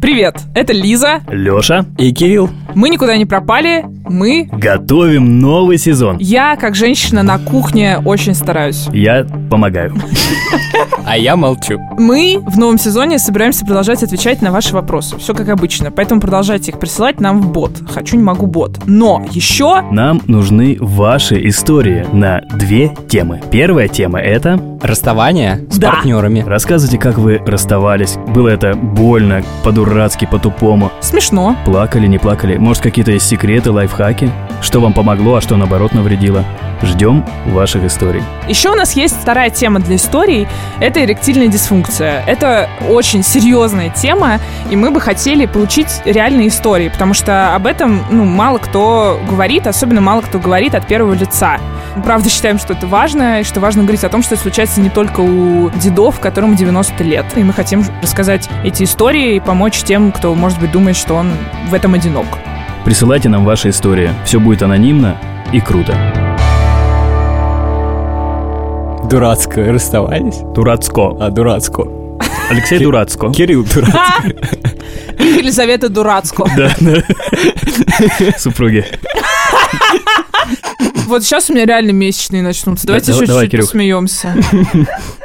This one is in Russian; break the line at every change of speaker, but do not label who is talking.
Привет, это Лиза.
Леша и Кирилл.
Мы никуда не пропали, мы...
Готовим новый сезон.
Я, как женщина на кухне, очень стараюсь.
Я помогаю.
А я молчу.
Мы в новом сезоне собираемся продолжать отвечать на ваши вопросы. Все как обычно. Поэтому продолжайте их присылать нам в бот. Хочу, не могу бот. Но еще
Нам нужны ваши истории на две темы. Первая тема это
Расставание с
Да.
партнерами.
рассказывайте, как вы расставались. Было это больно, по-дурацки, по-тупому.
смешно.
Плакали, не плакали. Может, какие-то есть секреты, лайфхаки? Что вам помогло, а что наоборот навредило? Ждем ваших историй.
Еще у нас есть вторая тема для историй. Это эректильная дисфункция. Это очень серьезная тема, и мы бы хотели получить реальные истории, потому что об этом ну, мало кто говорит, особенно мало кто говорит от первого лица. Мы, правда, считаем, что это важно, и что важно говорить о том, что это случается не только у дедов, которым 90 лет. И мы хотим рассказать эти истории и помочь тем, кто, может быть, думает, что он в этом одинок.
Присылайте нам ваши истории. Все будет анонимно и круто.
Дурацко расставались.
Дурацко.
А, дурацко.
Алексей
Ки-
Дурацко.
Кирилл дурацко.
Елизавета Дурацко.
Да, да. Супруги.
Вот сейчас у меня реально месячные начнутся. Давайте
Да,
еще
давай,
чуть-чуть
Кирюх.
посмеемся.